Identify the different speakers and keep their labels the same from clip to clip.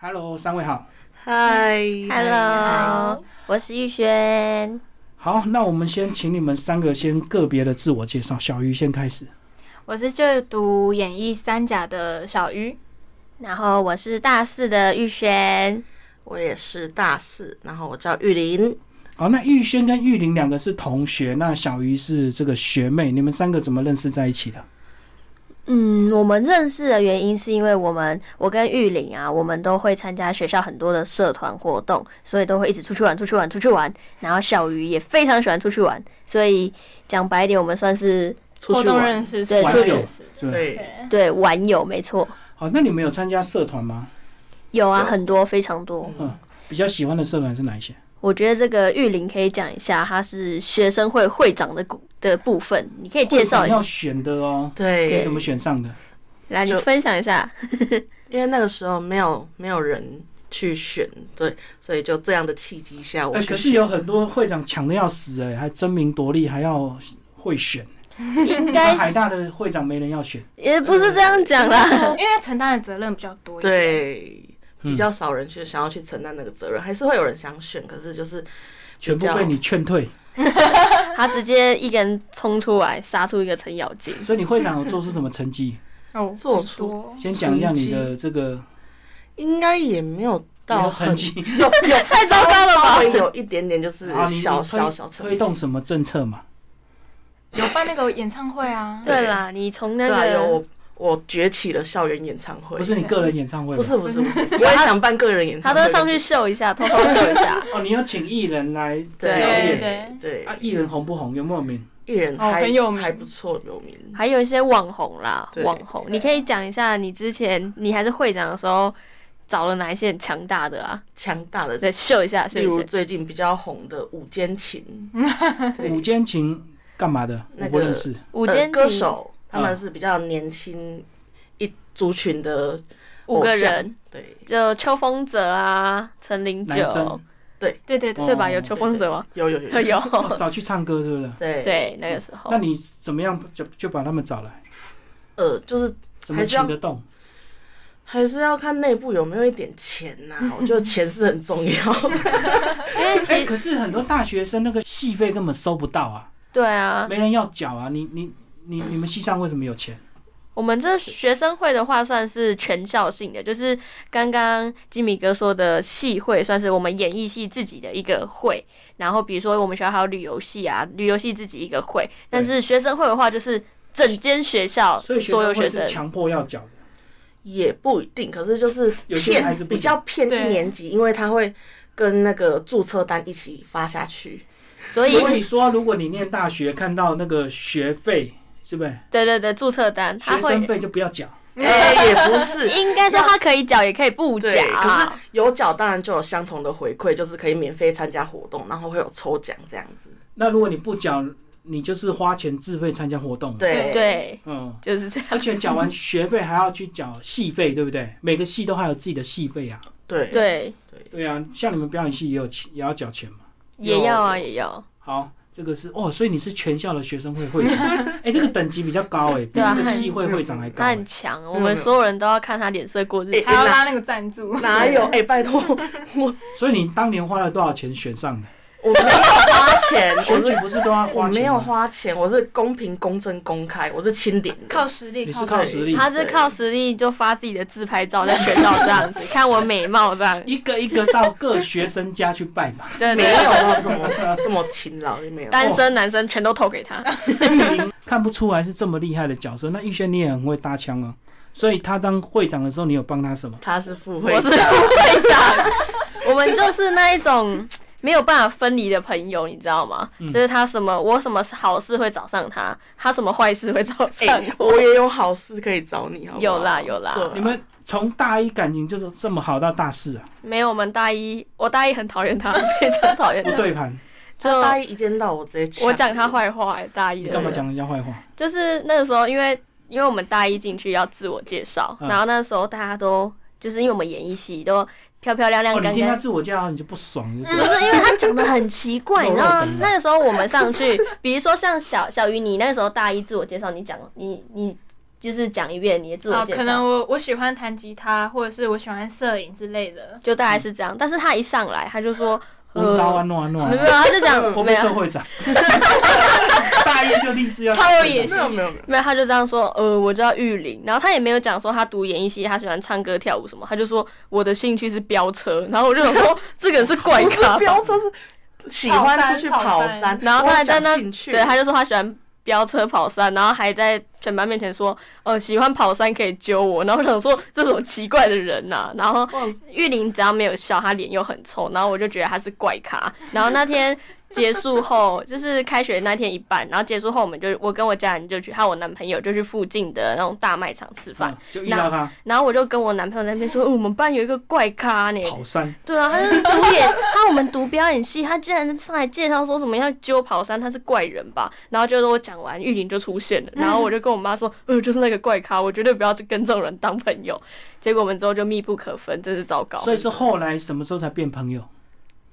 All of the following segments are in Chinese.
Speaker 1: Hello，三位好。
Speaker 2: 嗨
Speaker 3: Hello，我是玉轩，
Speaker 1: 好，那我们先请你们三个先个别的自我介绍。小鱼先开始。
Speaker 4: 我是就读演艺三甲的小鱼，
Speaker 3: 然后我是大四的玉轩，
Speaker 2: 我也是大四，然后我叫玉林。
Speaker 1: 好，那玉轩跟玉玲两个是同学，那小鱼是这个学妹，你们三个怎么认识在一起的？
Speaker 3: 嗯，我们认识的原因是因为我们，我跟玉玲啊，我们都会参加学校很多的社团活动，所以都会一直出去玩、出去玩、出去玩。然后小鱼也非常喜欢出去玩，所以讲白一点，我们算是
Speaker 2: 出
Speaker 4: 活
Speaker 2: 去
Speaker 4: 动
Speaker 2: 玩，
Speaker 4: 认识，
Speaker 3: 对
Speaker 4: 活
Speaker 1: 出
Speaker 4: 动
Speaker 1: 去
Speaker 4: 认识，
Speaker 1: 是不是
Speaker 2: 对，
Speaker 3: 对玩友没错。
Speaker 1: 好，那你们有参加社团吗？
Speaker 3: 有啊，
Speaker 2: 对
Speaker 3: 很多，非常多。
Speaker 1: 比较喜欢的社团是哪一些？
Speaker 3: 我觉得这个玉玲可以讲一下，她是学生会会长的股的部分，你可以介绍
Speaker 1: 会
Speaker 3: 一
Speaker 1: 长要
Speaker 3: 下，
Speaker 1: 选的哦，
Speaker 2: 对，
Speaker 1: 怎么选上的？
Speaker 3: 来你
Speaker 2: 就
Speaker 3: 分享一下。
Speaker 2: 因为那个时候没有没有人去选，对，所以就这样的契机下，我
Speaker 1: 哎、
Speaker 2: 去
Speaker 1: 可是
Speaker 2: 选。
Speaker 1: 有很多会长抢的要死、哎，还争名夺利，还要会选。
Speaker 3: 应
Speaker 1: 那
Speaker 3: 该
Speaker 1: 海
Speaker 3: 是
Speaker 1: 大的会长没人要选，
Speaker 3: 也不是这样讲 啦。
Speaker 4: 因为承担的责任比较多一点，
Speaker 2: 对，
Speaker 1: 嗯
Speaker 2: 比较少人去想要去承担那个责任，还是会有人想选，可是就是
Speaker 1: 全部被你劝退。
Speaker 3: 他直接一个人冲出来，杀出一个程咬金。
Speaker 1: 所以你会长有做出什么成绩？
Speaker 4: 哦，
Speaker 2: 做出
Speaker 4: 很多
Speaker 1: 先讲一下你的这个
Speaker 2: 应该也没有到
Speaker 1: 有
Speaker 2: 很
Speaker 1: 成绩。
Speaker 2: 有有
Speaker 3: 太糟糕了
Speaker 2: 稍
Speaker 3: 吧！
Speaker 2: 微有一点点就是
Speaker 1: 啊，你
Speaker 2: 小
Speaker 1: 你推
Speaker 2: 小小成
Speaker 1: 推动什么政策嘛？
Speaker 4: 有办那个演唱会啊，
Speaker 3: 对啦，你从那
Speaker 2: 对啊，有
Speaker 3: 个
Speaker 2: 我我崛起了校园演唱会，
Speaker 1: 不是你个人演唱会吗，
Speaker 2: 不是不是不是，我也想办个人演
Speaker 3: 他
Speaker 2: 唱会，
Speaker 3: 都上去秀一下，偷偷秀一下。
Speaker 1: 哦，你有请艺人来
Speaker 2: 对
Speaker 3: 对
Speaker 2: 表演
Speaker 4: 对
Speaker 2: 对
Speaker 1: 啊？艺人红不红？有没有名？
Speaker 2: 艺人
Speaker 4: 哦
Speaker 2: 还
Speaker 4: 很有名
Speaker 2: 还不错，有名。
Speaker 3: 还有一些网红啦，
Speaker 2: 对
Speaker 3: 网红，你可以讲一下你之前你还是会长的时候找了哪一些很强大的啊？
Speaker 2: 强大的，
Speaker 3: 对，秀一下，秀
Speaker 2: 例
Speaker 3: 一
Speaker 2: 如
Speaker 3: 下。
Speaker 2: 最近比较红的《午间 情》对，
Speaker 1: 午间情干嘛的？
Speaker 2: 那
Speaker 1: 我不
Speaker 2: 个
Speaker 1: 认识。
Speaker 3: 午间
Speaker 2: 呃歌
Speaker 3: 情
Speaker 2: 手，他们是比较年轻一族群的
Speaker 3: 五个
Speaker 2: 偶像
Speaker 3: 人，
Speaker 2: 对
Speaker 3: 就秋风泽啊，陈零
Speaker 1: 男
Speaker 3: 九
Speaker 1: 生，
Speaker 4: 对对对，
Speaker 3: 对吧？
Speaker 1: 哦
Speaker 3: 有秋风泽吗？
Speaker 2: 有有有
Speaker 3: 有，
Speaker 1: 哦找去唱歌是不是？
Speaker 2: 对，
Speaker 3: 对，那个时候
Speaker 1: 那你怎么样就就把他们找来？
Speaker 2: 呃，就是
Speaker 1: 怎么请得动？
Speaker 2: 还是要看内部有没有一点钱呐、 我觉得钱是很重要的。
Speaker 3: 因为
Speaker 1: 哎、
Speaker 3: 其实
Speaker 1: 可是很多大学生那个戏费根本收不到啊，
Speaker 3: 对啊，
Speaker 1: 没人要缴啊。你你你你们系上为什么有钱？
Speaker 3: 我们这学生会的话，算是全校性的，就是刚刚吉米哥说的系会，算是我们演艺系自己的一个会。然后比如说我们学校还有旅游系啊，旅游系自己一个会。但是学生会的话，就是整间学校
Speaker 1: 所以
Speaker 3: 啊所有
Speaker 1: 生
Speaker 3: 学
Speaker 1: 会
Speaker 3: 生
Speaker 1: 是，强迫要缴的。
Speaker 2: 也不一定，可是就是
Speaker 1: 有些人还是
Speaker 2: 骗
Speaker 1: 不
Speaker 2: 比较骗
Speaker 4: 对
Speaker 2: 一年级，因为他会跟那个注册单一起发下 去。
Speaker 3: 所以
Speaker 1: 所以说，如果你念大学看到那个学费，是不是
Speaker 3: 对对对，注册单他
Speaker 1: 学
Speaker 3: 会
Speaker 1: 生费就不要缴？
Speaker 2: 哎、也不是，
Speaker 3: 应该说他可以缴，也可以不缴
Speaker 2: 对，可是
Speaker 3: 啊。
Speaker 2: 有缴当然就有相同的回馈，就是可以免费参加活动，然后会有抽奖这样子。
Speaker 1: 那如果你不缴，你就是花钱自费参加活动。，
Speaker 2: 对，
Speaker 3: 对，
Speaker 1: 嗯，
Speaker 3: 就是这样。
Speaker 1: 而且缴完学费还要去缴戏费，对不对？每个系都还有自己的戏费啊。
Speaker 2: 对
Speaker 3: 对，
Speaker 1: 对啊，像你们表演系也有钱也要缴钱嘛。
Speaker 3: 也要啊，
Speaker 2: 有
Speaker 3: 也要。
Speaker 1: 好，这个是哦，所以你是全校的学生会会 长，哎、这个等级比较高哎、比
Speaker 3: 对啊
Speaker 1: 那个系会会长还高、
Speaker 3: 他
Speaker 2: 嗯
Speaker 3: 很
Speaker 1: 哎
Speaker 3: 强，我们所有人都要看他脸色过日子
Speaker 2: 哎。
Speaker 4: 还要拉那个赞助，
Speaker 2: 哪有？哎、拜托，
Speaker 1: 所以你当年花了多少钱选上的？
Speaker 2: 我没有花钱，
Speaker 1: 选
Speaker 2: 我
Speaker 1: 举
Speaker 2: 是
Speaker 1: 不是都要
Speaker 2: 我
Speaker 1: 花钱吗？
Speaker 2: 没有花钱，我是公平、公正、公开，我是清零的。
Speaker 4: 靠实力，
Speaker 1: 你是靠
Speaker 4: 靠
Speaker 1: 实力
Speaker 3: 他是靠实力就发自己的自拍照在学校这样子，看我美貌这样，
Speaker 1: 一个一个到各学生家去拜访。
Speaker 3: 对
Speaker 2: 没
Speaker 3: 对
Speaker 2: 有
Speaker 3: 对，
Speaker 2: 到这么这么勤劳，也没有。
Speaker 3: 单身男生全都投给他。
Speaker 1: 看不出来是这么厉害的角色。那玉轩你也很会搭腔哦，所以他当会长的时候，你有帮他什么？
Speaker 2: 他是哎副会
Speaker 3: 我是副
Speaker 2: 长，
Speaker 3: 会长，我们就是那一种没有办法分离的朋友，你知道吗？就是他什么我什么好事会找上他，他什么坏事会找
Speaker 2: 哎、
Speaker 3: 上我。
Speaker 2: 我也有好事可以找你，好不好？
Speaker 3: 有啦有啦
Speaker 2: 对啊
Speaker 1: 你们从大一感情就是这么好到大四啊，
Speaker 3: 没有，我们大一我大一很讨厌他， 非常讨厌
Speaker 1: 不
Speaker 3: 他。
Speaker 1: 对盘，
Speaker 3: 就
Speaker 2: 大一一见到我直接
Speaker 3: 我讲他，坏话、欸，大一
Speaker 1: 你
Speaker 3: 的
Speaker 1: 干嘛
Speaker 3: 人
Speaker 1: 讲人家坏话？
Speaker 3: 就是那个时候，因为因为我们大一进去要自我介绍，
Speaker 1: 嗯
Speaker 3: 然后那时候大家都就是因为我们演艺系都漂漂亮亮、
Speaker 1: 哦，你
Speaker 3: 干
Speaker 1: 听他
Speaker 3: 干。
Speaker 1: 自我介绍你就不爽，就
Speaker 3: 不是因为他讲的很 奇怪，
Speaker 1: 肉
Speaker 3: 你
Speaker 1: 肉
Speaker 3: 知道
Speaker 1: 的
Speaker 3: 吗？那个 时候我们上去，比如说像小小鱼，你那个时候大一自我介绍，你讲你你就是讲一遍你的自我
Speaker 4: 哦，
Speaker 3: 介
Speaker 4: 可
Speaker 3: 绍。
Speaker 4: 能我我喜欢弹吉他，或者是我喜欢摄影之类的。
Speaker 3: 就大概是这样，但是他一上来他就说，
Speaker 1: 温刀啊，
Speaker 3: 呃，
Speaker 1: 弄啊弄
Speaker 3: 没有，
Speaker 1: 啊，
Speaker 3: 他就讲
Speaker 1: 我
Speaker 3: 没
Speaker 1: 被
Speaker 3: 有
Speaker 1: 做，会长，大一就立志要嗯
Speaker 4: 超有野
Speaker 2: 没
Speaker 4: 心
Speaker 2: 有没有没有，
Speaker 3: 没有，他就这样说，呃，我叫玉玲，然后他也没有讲说他读演艺系，他喜欢唱歌跳舞什么，他就说我的兴趣是飙车，然后我就想说这个人是啊怪
Speaker 2: 不是
Speaker 3: 咖吧，
Speaker 2: 飙车是喜欢出去跑
Speaker 4: 跑山
Speaker 2: 山，
Speaker 3: 然后他还在那
Speaker 2: 我讲兴趣
Speaker 3: 对，他就说他喜欢飙车跑山，然后还在全班面前说，呃，喜欢跑山可以揪我，然后我想说这什么奇怪的人呐、然后
Speaker 2: 哇
Speaker 3: 玉玲只要没有笑，她脸又很臭，然后我就觉得她是怪咖。然后那天结束后，就是开学那天一半，然后结束后我们就我跟我家人就去，还有我男朋友就去附近的那种大卖场吃饭，
Speaker 1: 嗯就遇到他
Speaker 3: 然后我就跟我男朋友在那边说、哦我们班有一个怪咖呢，
Speaker 1: 跑山，
Speaker 3: 对啊，他是读演，他我们读表演系，他竟然上来介绍说什么要揪跑山，他是怪人吧？然后就是我讲完，玉玲就出现了，然后我就跟我妈说，呃，就是那个怪咖，我绝对不要跟这种人当朋友。结果我们之后就密不可分，真是糟糕。
Speaker 1: 所以哦是后来什么时候才变朋友？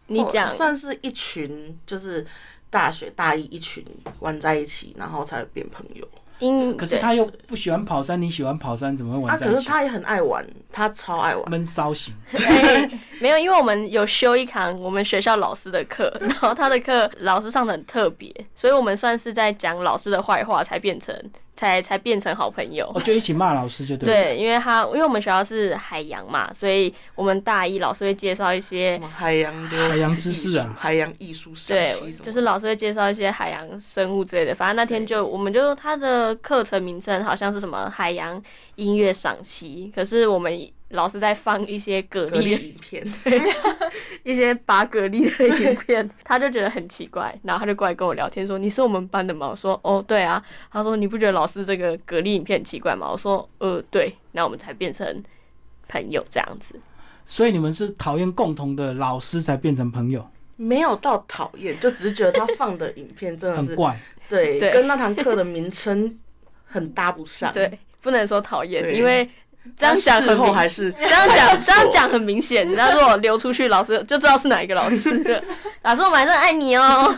Speaker 3: 你讲
Speaker 2: 我，哦算是一群，就是大学大一一群玩在一起，然后才变朋友。
Speaker 3: 因
Speaker 1: 可是
Speaker 3: 对
Speaker 1: 他又不喜欢跑山，你喜欢跑山，怎么会
Speaker 2: 啊，
Speaker 1: 玩在
Speaker 2: 可
Speaker 1: 一
Speaker 2: 是
Speaker 1: 起？
Speaker 2: 他也很爱玩，他超爱玩。
Speaker 1: 闷骚型，
Speaker 3: 哎，没有，因为我们有修一堂我们学校老师的课， 然后他的课老师上的很特别，所以我们算是在讲老师的坏话，才变成才才变成好朋友
Speaker 1: 我。哦就一起骂老师就对了。
Speaker 3: 对，因为他因为我们学校是海洋嘛，所以我们大一老师会介绍一些
Speaker 2: 什，么海洋流
Speaker 1: 海洋知识啊
Speaker 2: 艺术海洋艺术赏
Speaker 3: 对
Speaker 2: 析什，么
Speaker 3: 就是老师会介绍一些海洋生物之类的。反正那天就我们就他的课程名称好像是什么海洋音乐赏析，可是我们老师在放一些蛤
Speaker 2: 格
Speaker 3: 蜊
Speaker 2: 力
Speaker 3: 的
Speaker 2: 影片，
Speaker 3: 一些拔蛤蜊的影片， 他就觉得很奇怪，然后他就过来跟我聊天说：“你是我们班的吗？”我说：“哦，对啊。”他说：“你不觉得老师这个蛤蜊影片很奇怪吗？”我说：“呃，对。”那我们才变成朋友这样子。
Speaker 1: 所以你们是讨厌共同的老师才变成朋友，
Speaker 2: 没有到讨厌，就只是觉得他放的影片
Speaker 4: 嗯
Speaker 2: 真的
Speaker 1: 很
Speaker 2: 是
Speaker 1: 怪。
Speaker 2: 对，
Speaker 3: 对
Speaker 2: 跟那堂课的名称很搭不上。，
Speaker 3: 对，不能说讨厌，
Speaker 2: 对
Speaker 3: 因为这样讲
Speaker 2: 事
Speaker 3: 很
Speaker 2: 后
Speaker 3: 明，
Speaker 2: 还是
Speaker 3: 这样讲
Speaker 2: 不
Speaker 3: 这
Speaker 2: 错
Speaker 3: 样讲很明显。人家如果流出去，老师就知道是哪一个老师了。老师，我们还是很爱你 哦。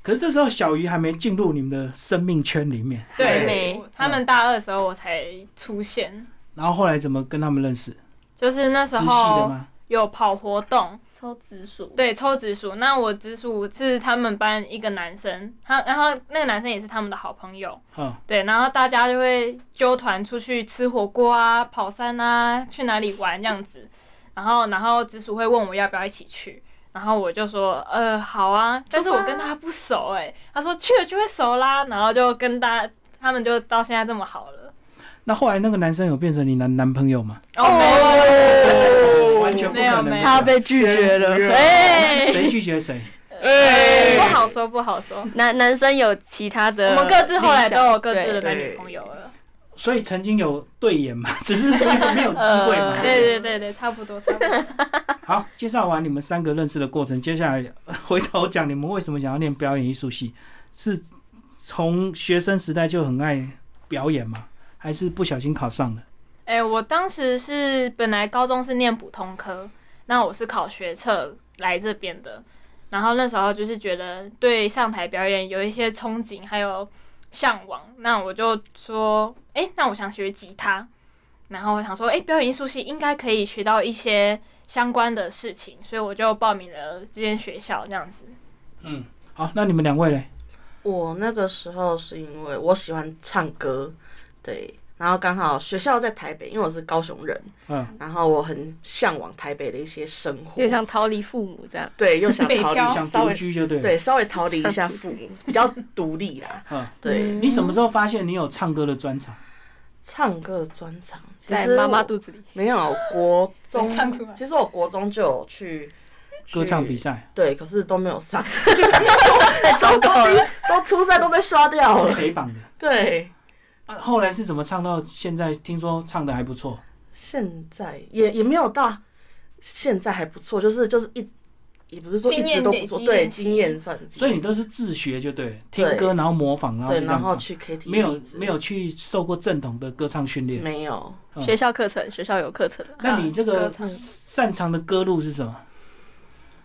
Speaker 1: 可是这时候小鱼还没进入你们的生命圈里面，
Speaker 2: 对
Speaker 3: 没
Speaker 4: 他们大二的时候我才出现，
Speaker 1: 然后后来怎么跟他们认识？
Speaker 4: 就是那时
Speaker 1: 直系的
Speaker 4: 候
Speaker 1: 吗？
Speaker 4: 有跑活动，
Speaker 3: 抽紫薯，
Speaker 4: 对，抽直属。那我直属是他们班一个男生，他然后那个男生也是他们的好朋友，
Speaker 1: 嗯，
Speaker 4: 对，然后大家就会揪团出去吃火锅啊、跑山啊、去哪里玩这样子。然后，然后直属会问我要不要一起去，然后我就说，呃，好啊。但是我跟他不熟哎、他说去了就会熟啦，然后就跟大家他们就到现在这么好了。
Speaker 1: 那后来那个男生有变成你男男朋友吗？
Speaker 4: 哦，没有，
Speaker 1: 哦完全不可
Speaker 4: 嗯没有没
Speaker 1: 能。
Speaker 4: 有
Speaker 3: 他被拒绝了。哎、
Speaker 1: 谁拒绝谁？
Speaker 4: 不好说，不好说。
Speaker 3: 男男生有其他的
Speaker 4: 我
Speaker 3: 理想，
Speaker 4: 们各自后来都有各自的
Speaker 3: 对
Speaker 4: 男女朋友了。
Speaker 1: 所以曾经有对眼嘛， 只是没有没有机会嘛。
Speaker 3: 呃
Speaker 4: 对对对对，差不多，差不多。
Speaker 1: 好，介绍完你们三个认识的过程，接下来回头讲你们为什么想要念表演艺术系，是从学生时代就很爱表演吗？还是不小心考上的？
Speaker 4: 哎、我当时是本来高中是念普通科，那我是考学测来这边的，然后那时候就是觉得对上台表演有一些憧憬，还有向往，那我就说，哎、那我想学吉他，然后我想说，哎、表演艺术系应该可以学到一些相关的事情，所以我就报名了这间学校，这样子。
Speaker 1: 嗯，好，那你们两位嘞？
Speaker 2: 我那个时候是因为我喜欢唱歌，对，然后刚好学校在台北，因为我是高雄人，
Speaker 1: 嗯，
Speaker 2: 然后我很向往台北的一些生活，
Speaker 3: 就像逃离父母这样。
Speaker 2: 对，又想逃
Speaker 4: 北漂
Speaker 2: 离，
Speaker 1: 想
Speaker 2: 稍
Speaker 1: 独
Speaker 2: 微
Speaker 1: 居就对了。
Speaker 2: 对稍微逃离一下父母，比较独立啦。
Speaker 1: 嗯，
Speaker 2: 对，
Speaker 1: 你什么时候发现你有唱歌的专长？
Speaker 2: 唱歌专场其
Speaker 3: 在
Speaker 2: 实
Speaker 3: 妈妈
Speaker 2: 我
Speaker 3: 肚子 里？
Speaker 2: 没有，国中
Speaker 4: 唱出来
Speaker 2: 其实我国中就有去
Speaker 1: 歌唱比
Speaker 2: 去
Speaker 1: 赛
Speaker 2: 对，可是都没有上，
Speaker 3: 太糟糕了！
Speaker 2: 都初赛都被刷掉了。
Speaker 1: 北榜的、
Speaker 2: 对，
Speaker 1: 啊，后来是怎么唱到现在？听说唱的还不错，
Speaker 2: 现在也也没有到现在还不错，就是就是一也不是说一
Speaker 4: 经验
Speaker 2: 直都不错，
Speaker 4: 累积
Speaker 2: 对，
Speaker 4: 练习
Speaker 2: 经验算积，
Speaker 1: 所以你都是自学就对了，听
Speaker 2: 对
Speaker 1: 歌然后模仿，然后
Speaker 2: 对，
Speaker 1: 就这
Speaker 2: 然
Speaker 1: 样
Speaker 2: 后
Speaker 1: 唱。
Speaker 2: 去 KTV
Speaker 1: 没有
Speaker 2: 之类
Speaker 1: 没有去受过正统的歌唱训练。
Speaker 2: 没有，
Speaker 1: 嗯
Speaker 3: 学校课程，学校有课程。
Speaker 1: 那你这个
Speaker 4: 歌唱
Speaker 1: 擅长的歌路是什么？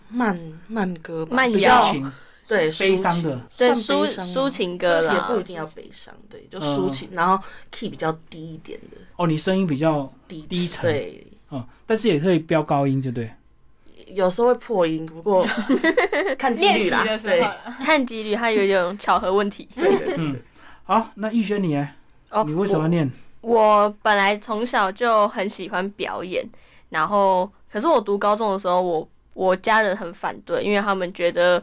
Speaker 2: 慢慢歌吧，
Speaker 3: 慢
Speaker 2: 比
Speaker 1: 比
Speaker 3: 摇
Speaker 1: 较
Speaker 2: 较
Speaker 1: 轻，
Speaker 2: 对
Speaker 1: 悲伤的，
Speaker 3: 对
Speaker 2: 算
Speaker 3: 抒
Speaker 2: 悲伤吗
Speaker 3: 抒情歌
Speaker 2: 也
Speaker 3: 啦，
Speaker 2: 不一定要悲伤，对，就
Speaker 1: 嗯
Speaker 2: 抒情，然后 key 比较低一点的
Speaker 1: 哦，你声音比较
Speaker 2: 低
Speaker 1: 低沉
Speaker 2: 对，
Speaker 1: 嗯，但是也可以飙高音，对不对？
Speaker 2: 有时候会破音，不 过看几
Speaker 4: 练
Speaker 2: 率
Speaker 4: 习
Speaker 2: 啦，
Speaker 4: 的时候
Speaker 2: 对，
Speaker 4: 啦，
Speaker 3: 看几率它有一种巧合问题。
Speaker 2: 对对对
Speaker 1: 嗯，好，那玉轩你呢，
Speaker 3: 哦，
Speaker 1: 你为什么要念？
Speaker 3: 我本来从小就很喜欢表演，然后可是我读高中的时候，我我家人很反对，因为他们觉得，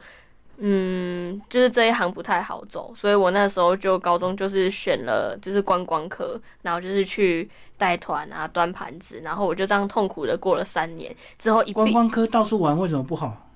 Speaker 3: 嗯，就是这一行不太好走，所以我那时候就高中就是选了就是观光科，然后就是去带团啊、端盘子，然后我就这样痛苦的过了三年，之后一
Speaker 1: 观
Speaker 3: 毕
Speaker 1: 光科到处玩为什么不好？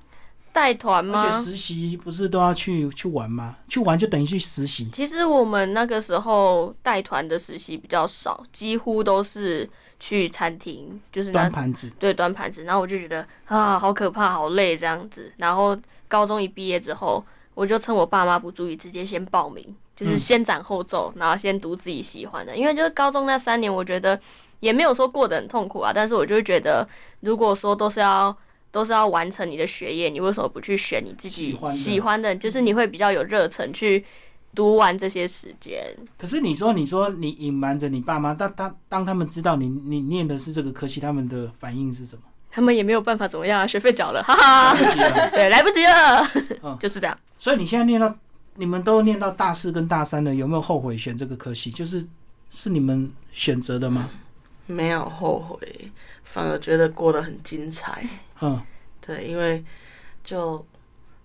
Speaker 3: 带团
Speaker 1: 而且
Speaker 3: 吗？
Speaker 1: 实习不是都要去去玩吗？去玩就等于去实习。
Speaker 3: 其实我们那个时候带团的实习比较少，几乎都是去餐厅，就是那
Speaker 1: 端盘子，
Speaker 3: 对，端盘子。然后我就觉得啊，好可怕，好累这样子。然后高中一毕业之后，我就趁我爸妈不注意，直接先报名，就是
Speaker 1: 嗯
Speaker 3: 先斩后奏，然后先读自己喜欢的。因为就是高中那三年，我觉得也没有说过得很痛苦啊，但是我就会觉得，如果说都是要。都是要完成你的学业，你为什么不去选你自己
Speaker 1: 喜欢的
Speaker 3: 喜欢的？就是你会比较有热忱去读完这些时间。
Speaker 1: 可是你说你说你隐瞒着你爸妈，但当当他们知道你你念的是这个科系，他们的反应是什么？
Speaker 3: 他们也没有办法怎么样啊，学费缴了，哈哈，
Speaker 1: 来不及了
Speaker 3: 对，来不及了，
Speaker 1: 嗯
Speaker 3: 就是这样。
Speaker 1: 所以你现在念到你们都念到大四跟大三了，有没有后悔选这个科系？就是是你们选择的吗？
Speaker 2: 没有后悔，反而觉得过得很精彩。
Speaker 1: 嗯，
Speaker 2: 对，因为就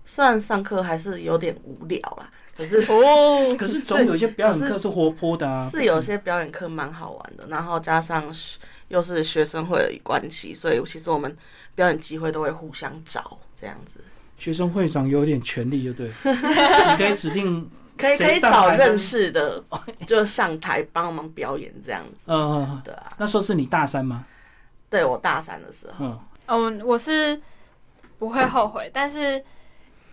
Speaker 2: 虽然上课还是有点无聊啦，可是
Speaker 3: 哦，
Speaker 1: 可是总有一些表演课是活泼的啊，
Speaker 2: 是有些表演课蛮好玩的，然后加上学又是学生会的关系，所以其实我们表演机会都会互相找这样子，
Speaker 1: 学生会长有点权利，就对了，你可以指定，
Speaker 2: 可以可
Speaker 1: 谁
Speaker 2: 以
Speaker 1: 上
Speaker 2: 找
Speaker 1: 台呢哦
Speaker 2: 认识的就上台帮忙表演这样子。
Speaker 1: 嗯、呃，
Speaker 2: 对啊，
Speaker 1: 那时候是你大三吗？
Speaker 2: 对我大三的时候，
Speaker 1: 嗯，
Speaker 4: 嗯，我是不会后悔，但是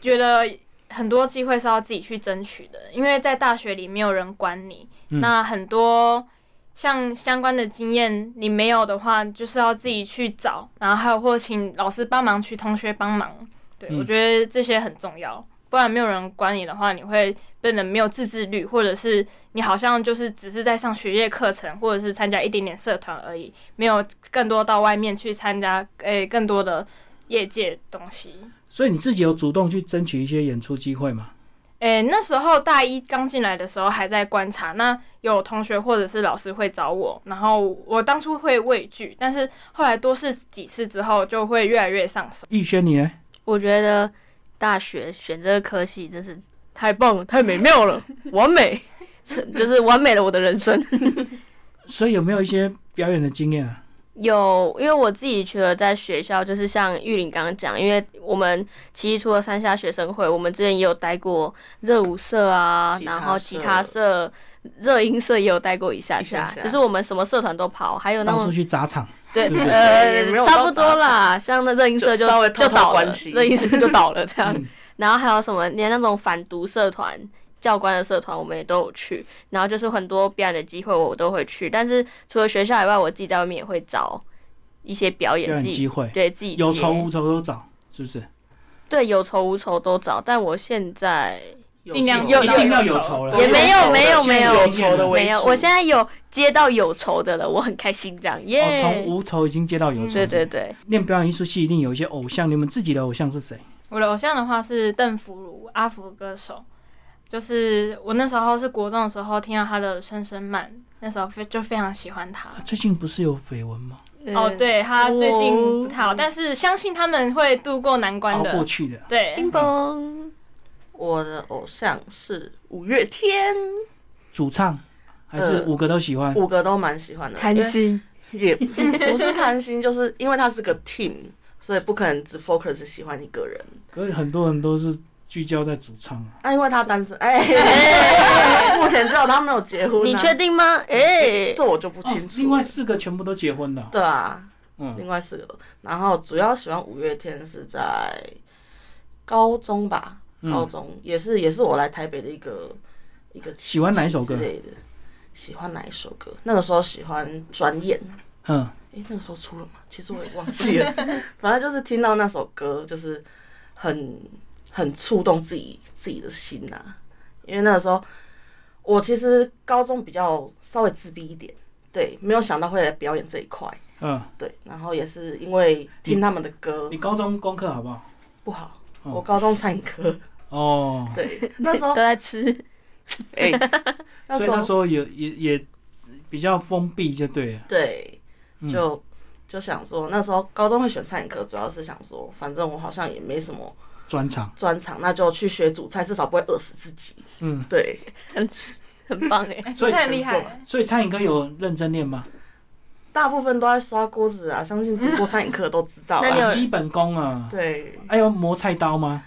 Speaker 4: 觉得很多机会是要自己去争取的，因为在大学里没有人管你，
Speaker 1: 嗯
Speaker 4: 那很多像相关的经验你没有的话，就是要自己去找，然后还有或请老师帮忙，去同学帮忙。对、
Speaker 1: 嗯
Speaker 4: 我觉得这些很重要，不然没有人管你的话，你会变得没有自制力，或者是你好像就是只是在上学业课程，或者是参加一点点社团而已，没有更多到外面去参加诶、更多的业界东西。
Speaker 1: 所以你自己有主动去争取一些演出机会吗？
Speaker 4: 诶、那时候大一刚进来的时候还在观察，那有同学或者是老师会找我，然后我当初会畏惧，但是后来多试几次之后，就会越来越上手。
Speaker 1: 玉轩，你呢？
Speaker 3: 我觉得大学选这个科系真是太棒了，太美妙 了，完美，就是完美了我的人生。
Speaker 1: 所以有没有一些表演的经验啊？
Speaker 3: 有，因为我自己觉得在学校，就是像玉林刚刚讲，因为我们其实除了三峡学生会，我们之前也有待过热舞社啊，
Speaker 2: 吉他
Speaker 3: 然后
Speaker 2: 社
Speaker 3: 吉他社、热音社也有待过一下下，
Speaker 2: 一下下
Speaker 3: 就是我们什么社团都跑，还有那
Speaker 1: 到
Speaker 3: 种
Speaker 1: 处去砸场，
Speaker 3: 对，
Speaker 1: 是不是
Speaker 2: 也哎没有到
Speaker 3: 呃，差不多啦，像那热音社就
Speaker 2: 就稍微偷
Speaker 3: 就
Speaker 2: 偷
Speaker 3: 倒了
Speaker 2: 关，系
Speaker 3: 热 音社就倒了这样
Speaker 1: 嗯。
Speaker 3: 然后还有什么，连那种反毒社团、教官的社团，我们也都有去。然后就是很多表演的机会，我都会去。但是除了学校以外，我自己在外面也会找一些表
Speaker 1: 表
Speaker 3: 演
Speaker 1: 演
Speaker 3: 自己
Speaker 1: 机会，
Speaker 3: 对自己
Speaker 1: 有
Speaker 3: 接
Speaker 1: 酬无酬都找，是不是？
Speaker 3: 对有酬无酬都找。但我现在
Speaker 2: 有
Speaker 4: 尽量
Speaker 2: 有
Speaker 4: 有
Speaker 1: 一定要有酬了
Speaker 3: 也没有
Speaker 2: 有
Speaker 3: 没有
Speaker 2: 有
Speaker 3: 没
Speaker 1: 有
Speaker 2: 有酬的为
Speaker 3: 没有，
Speaker 2: 主
Speaker 3: 我现在有接到有酬的了，我很开心这样耶。
Speaker 1: 哦，
Speaker 3: 嗯
Speaker 1: 从无酬已经接到有酬，
Speaker 3: 对对对，
Speaker 1: 练表演艺术系一定有一些偶像，你们自己的偶像是谁？
Speaker 4: 我的偶像的话是邓福如，阿福歌手，就是我那时候是国中的时候听到他的《声声慢》，那时候非就非常喜欢他。
Speaker 1: 他啊最近不是有绯闻吗？
Speaker 4: 哦，
Speaker 3: 嗯，
Speaker 4: 对他最近不太好，
Speaker 3: 哦
Speaker 4: 但是相信他们会度过难关
Speaker 1: 熬哦过
Speaker 4: 的。
Speaker 1: 去的，
Speaker 4: 对
Speaker 3: 冰，崩。
Speaker 2: 我的偶像是五月天，
Speaker 1: 主唱还是
Speaker 2: 呃
Speaker 1: 五个都喜欢？
Speaker 2: 五个都蛮喜欢的，因为
Speaker 3: 心，
Speaker 2: 也不不是贪心，就是因为他是个 team，所以不可能只 focus 喜欢一个人。
Speaker 1: 可是很多人都是聚焦在主唱啊。
Speaker 2: 那、因为他单身，哎、 目前只有他没有结婚、啊。
Speaker 3: 你确定吗？哎、
Speaker 2: 这我就不
Speaker 1: 哦
Speaker 2: 清楚了、
Speaker 1: 另外四个全部都结婚了。
Speaker 2: 对啊，另
Speaker 1: 嗯，
Speaker 2: 外四个都。然后主要喜欢五月天是在高中吧，
Speaker 1: 嗯
Speaker 2: 高中、也是也是我来台北的一个一个
Speaker 1: 喜欢哪一首歌
Speaker 2: 之类的。喜欢哪一首歌？那个时候喜欢专业。
Speaker 1: 嗯，
Speaker 2: 诶，那个时候出了 吗？其实我也忘记了，反正就是听到那首歌，就是很很触动自己自己的心呐、因为那个时候我其实高中比较稍微自闭一点，对，没有想到会来表演这一块，
Speaker 1: 嗯，
Speaker 2: 对，然后也是因为听他们的歌
Speaker 1: 你高中功课好不好？
Speaker 2: 不好，
Speaker 1: 哦
Speaker 2: 我高中餐饮科，
Speaker 1: 哦，
Speaker 2: 对，那时
Speaker 3: 都
Speaker 2: 候
Speaker 3: 在吃，
Speaker 2: 哎、
Speaker 1: 所
Speaker 2: 那
Speaker 1: 以
Speaker 2: 时
Speaker 1: 那
Speaker 2: 候
Speaker 1: 时候也也也比较封闭，就对了。
Speaker 2: 对，
Speaker 1: 嗯
Speaker 2: 就就想说，那时候高中会选餐饮科，主要是想说，反正我好像也没什么
Speaker 1: 专场，
Speaker 2: 专长，那就去学煮菜，至少不会饿死自己。
Speaker 1: 嗯，
Speaker 2: 对，
Speaker 3: 很很棒哎。
Speaker 1: 所以
Speaker 4: 这很厉
Speaker 2: 所以
Speaker 4: 害，
Speaker 1: 所以餐饮哥有认真练吗？
Speaker 2: 大部分都在刷锅子啊，相信读过餐饮课都知道
Speaker 3: 那你
Speaker 2: 啊。
Speaker 3: 有
Speaker 1: 基本功啊，
Speaker 2: 对，
Speaker 1: 还有磨菜刀吗？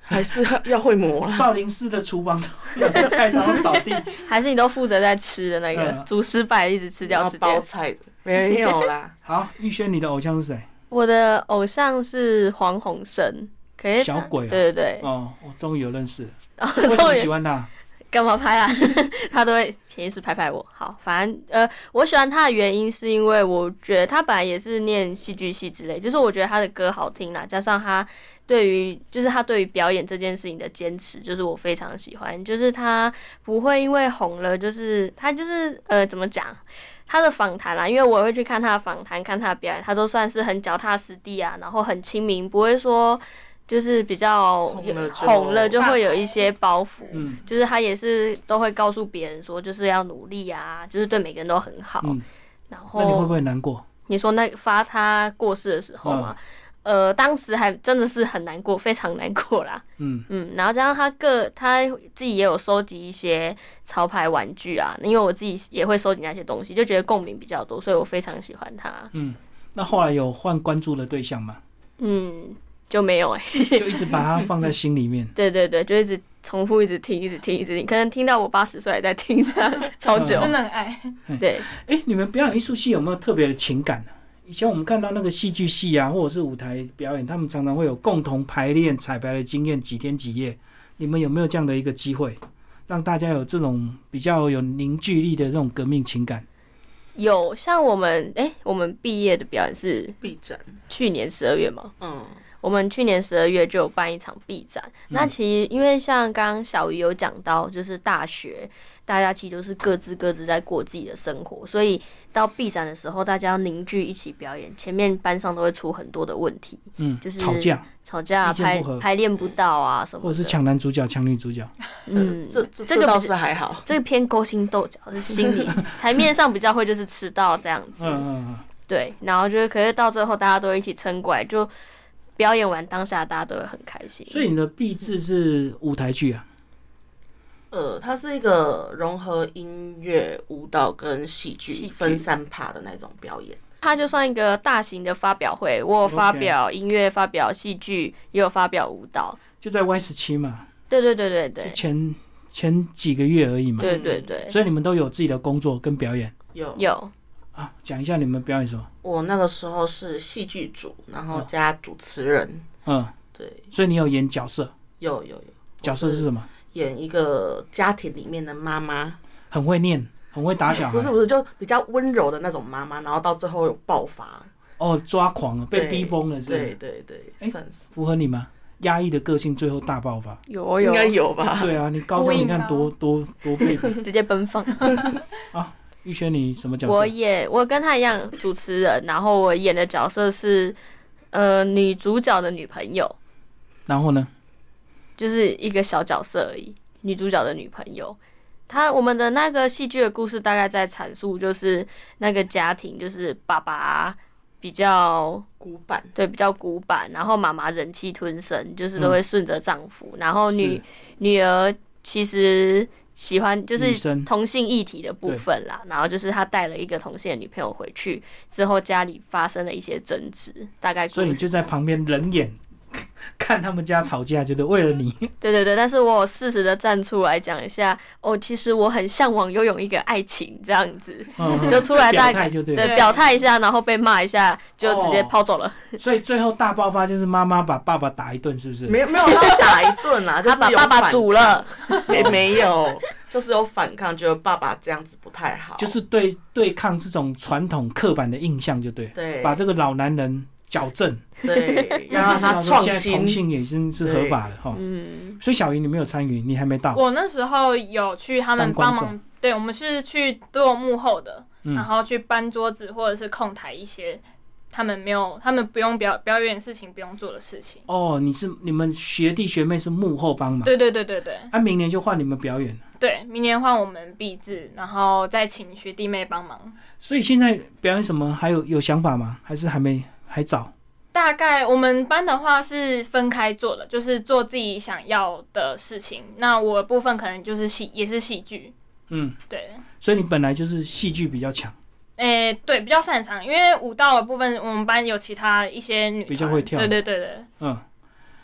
Speaker 2: 还是要会磨啦。
Speaker 1: 少林寺的厨房都 有菜刀扫地，
Speaker 3: 还是你都负责在吃的那个
Speaker 1: 嗯，
Speaker 3: 煮失败一直吃掉
Speaker 2: 要
Speaker 3: 吃
Speaker 2: 包
Speaker 3: 掉。
Speaker 2: 菜的没有啦，
Speaker 1: 好，玉轩，你的偶像是谁？
Speaker 3: 我的偶像是黄鸿升，可是
Speaker 1: 小鬼啊
Speaker 3: 对对对，
Speaker 1: 哦，我终于有认识了。
Speaker 3: 然后
Speaker 1: 为什
Speaker 3: 终
Speaker 1: 么
Speaker 3: 于
Speaker 1: 喜欢他？
Speaker 3: 干嘛拍啦？啊 他都会潜意识拍拍我。好，反正呃，我喜欢他的原因是因为我觉得他本来也是念戏剧系之类，就是我觉得他的歌好听啦，加上他对于就是他对于表演这件事情的坚持，就是我非常喜欢。就是他不会因为红了，就是他就是呃怎么讲？他的访谈啦，啊因为我会去看他的访谈，看他的表演，他都算是很脚踏实地啊，然后很亲民，不会说就是比较
Speaker 2: 红了就
Speaker 3: 红了就会有一些包袱。
Speaker 1: 嗯
Speaker 3: 就是他也是都会告诉别人说，就是要努力啊，就是对每个人都很好。
Speaker 1: 嗯，
Speaker 3: 然后
Speaker 1: 那你会不会难过？
Speaker 3: 你说那发他过世的时候嘛，呃，当时还真的是很难过，非常难过啦。
Speaker 1: 嗯，
Speaker 3: 嗯，然后加上他个他自己也有收集一些潮牌玩具啊，因为我自己也会收集那些东西，就觉得共鸣比较多，所以我非常喜欢他。
Speaker 1: 嗯那后来有换关注的对象 吗？
Speaker 3: 嗯，就没有哎、。
Speaker 1: 就一直把他放在心里面
Speaker 3: 对对对，就一直重复，一直听，一直听，一直听，可能听到我八十岁还在听这样，超久。
Speaker 1: 嗯
Speaker 4: 真的很爱。
Speaker 3: 对，
Speaker 1: 哎、你们表演艺术系有没有特别的情感呢、以前我们看到那个戏剧系啊，或者是舞台表演，他们常常会有共同排练彩排的经验，几天几夜。你们有没有这样的一个机会，让大家有这种比较有凝聚力的这种革命情感？
Speaker 3: 有像我们哎、我们毕业的表演是
Speaker 2: 必展，
Speaker 3: 去年十二月嘛，
Speaker 2: 嗯，
Speaker 3: 我们去年十二月就有办一场 B 展。
Speaker 1: 嗯
Speaker 3: 那其实因为像刚刚小鱼有讲到，就是大学大家其实都是各自各自在过自己的生活，所以到 B 展的时候，大家要凝聚一起表演。前面班上都会出很多的问题，
Speaker 1: 嗯，
Speaker 3: 就是
Speaker 1: 吵架，
Speaker 3: 吵
Speaker 1: 意
Speaker 3: 架、啊、
Speaker 1: 见
Speaker 3: 排
Speaker 1: 不合
Speaker 3: 排练不到啊什么
Speaker 1: 或
Speaker 3: 的，
Speaker 1: 者是抢男主角、抢女主角。
Speaker 3: 嗯，
Speaker 2: 呃这这
Speaker 3: 这
Speaker 2: 这
Speaker 3: 个
Speaker 2: 倒
Speaker 3: 不是
Speaker 2: 是还好，
Speaker 3: 这个偏勾心斗角，是心理 台面上比较会就是迟到这样子。
Speaker 1: 嗯嗯嗯。
Speaker 3: 对，然后就是，可是到最后大家都一起撑过来，就表演完当下大家都会很开心。
Speaker 1: 所以你的毕制是舞台剧啊？
Speaker 2: 呃，它是一个融合音乐、舞蹈跟戏
Speaker 3: 戏
Speaker 2: 剧
Speaker 3: 剧
Speaker 2: 分三趴的那种表演。
Speaker 3: 它就算一个大型的发表会，我有发表音乐、发表戏剧，也有发表舞蹈。
Speaker 1: 就在 Y 十七嘛，
Speaker 3: 对对对对
Speaker 1: 就
Speaker 3: 对
Speaker 1: 前前几个月而已嘛。
Speaker 3: 对对对，
Speaker 1: 所以你们都有自己的工作跟表演
Speaker 2: 有
Speaker 3: 有
Speaker 1: 啊？讲一下你们表演什么？
Speaker 2: 我那个时候是戏剧组，然
Speaker 3: 哦
Speaker 2: 后加主持人，
Speaker 1: 嗯，
Speaker 2: 对，
Speaker 1: 所以你有演角色，
Speaker 2: 有有有，
Speaker 1: 角色是什么？
Speaker 2: 演一个家庭里面的妈妈，
Speaker 1: 很会念，很会打小孩，
Speaker 2: 不是不是，就比较温柔的那种妈妈，然后到最后有爆发，
Speaker 1: 哦，抓狂了，被
Speaker 2: 对
Speaker 1: 逼疯了，是不
Speaker 2: 对
Speaker 1: 是
Speaker 2: 对对，
Speaker 1: 哎
Speaker 2: 算是
Speaker 1: 符合你吗？压抑的个性最后大爆发。
Speaker 3: 有哦
Speaker 2: 应该
Speaker 3: 有，
Speaker 2: 有吧。
Speaker 1: 对啊，你高中
Speaker 4: 呼应
Speaker 1: 你看
Speaker 4: 到
Speaker 1: 多多多被 逼
Speaker 3: 直接奔放。
Speaker 1: 玉轩，你什么角
Speaker 3: 我
Speaker 1: 色？
Speaker 3: 演我跟他一样主持人，然后我演的角色是呃女主角的女朋友，
Speaker 1: 然后呢？
Speaker 3: 就是一个小角色而已，女主角的女朋友。她我们的那个戏剧的故事大概在阐述，就是那个家庭，就是爸爸比较
Speaker 2: 古板，
Speaker 3: 对比较古板，然后妈妈忍气吞声，就是都会顺着丈夫，然后女女儿其实喜欢就
Speaker 1: 女
Speaker 3: 是
Speaker 1: 生
Speaker 3: 同性议题的部分啦，然后就是她带了一个同性的女朋友回去之后，家里发生了一些争执，大概
Speaker 1: 所以
Speaker 3: 故
Speaker 1: 你
Speaker 3: 事
Speaker 1: 就在旁边冷眼 看他们家吵架，觉得为了 你，
Speaker 3: 对对对，但是我有适时的站出来讲一下，哦，其实我很向往拥有一个爱情这样子，
Speaker 1: 嗯
Speaker 3: 就出来
Speaker 1: 表
Speaker 3: 大概
Speaker 1: 态就对了。
Speaker 3: 对表态一下，然后被骂一下，就直接抛走了。
Speaker 1: 所以最后大爆发就是妈妈把爸爸打一顿，是不是？
Speaker 2: 没有没有要打一顿 啦，就
Speaker 3: 他
Speaker 2: 是
Speaker 3: 把
Speaker 2: 有
Speaker 3: 爸爸
Speaker 2: 反
Speaker 3: 煮了，
Speaker 2: 也没有， 就是有反抗，觉得爸爸这样子不太好，
Speaker 1: 就是对对抗这种传统刻板的印象，就对，
Speaker 2: 对
Speaker 1: 把这个老男人矫正，
Speaker 2: 对，要让他创
Speaker 1: 现在同
Speaker 2: 新。
Speaker 1: 性也已经是合法了哈。
Speaker 3: 嗯，
Speaker 1: 所以小云你没有参与，你还没到。
Speaker 4: 我那时候有去他们
Speaker 1: 啊当观
Speaker 4: 帮忙，对我们是去做幕后的，
Speaker 1: 嗯
Speaker 4: 然后去搬桌子或者是控台一些他们没有、他们不用表表演的事情不用做的事情。
Speaker 1: 哦，你是你们学弟学妹是幕后帮忙，
Speaker 4: 对对对对对
Speaker 1: 啊，明年就换你们表演了。
Speaker 4: 对，明年换我们毕制，然后再请学弟妹帮忙。
Speaker 1: 所以现在表演什么还有有想法吗？还是还没还早？
Speaker 4: 大概我们班的话是分开做的，就是做自己想要的事情。那我的部分可能就是戏，也是戏剧，
Speaker 1: 嗯，
Speaker 4: 对，
Speaker 1: 所以你本来就是戏剧比较强，
Speaker 4: 诶、对，比较擅长，因为舞蹈的部分我们班有其他一些女团
Speaker 1: 比较会跳
Speaker 4: 对对对对，
Speaker 1: 嗯，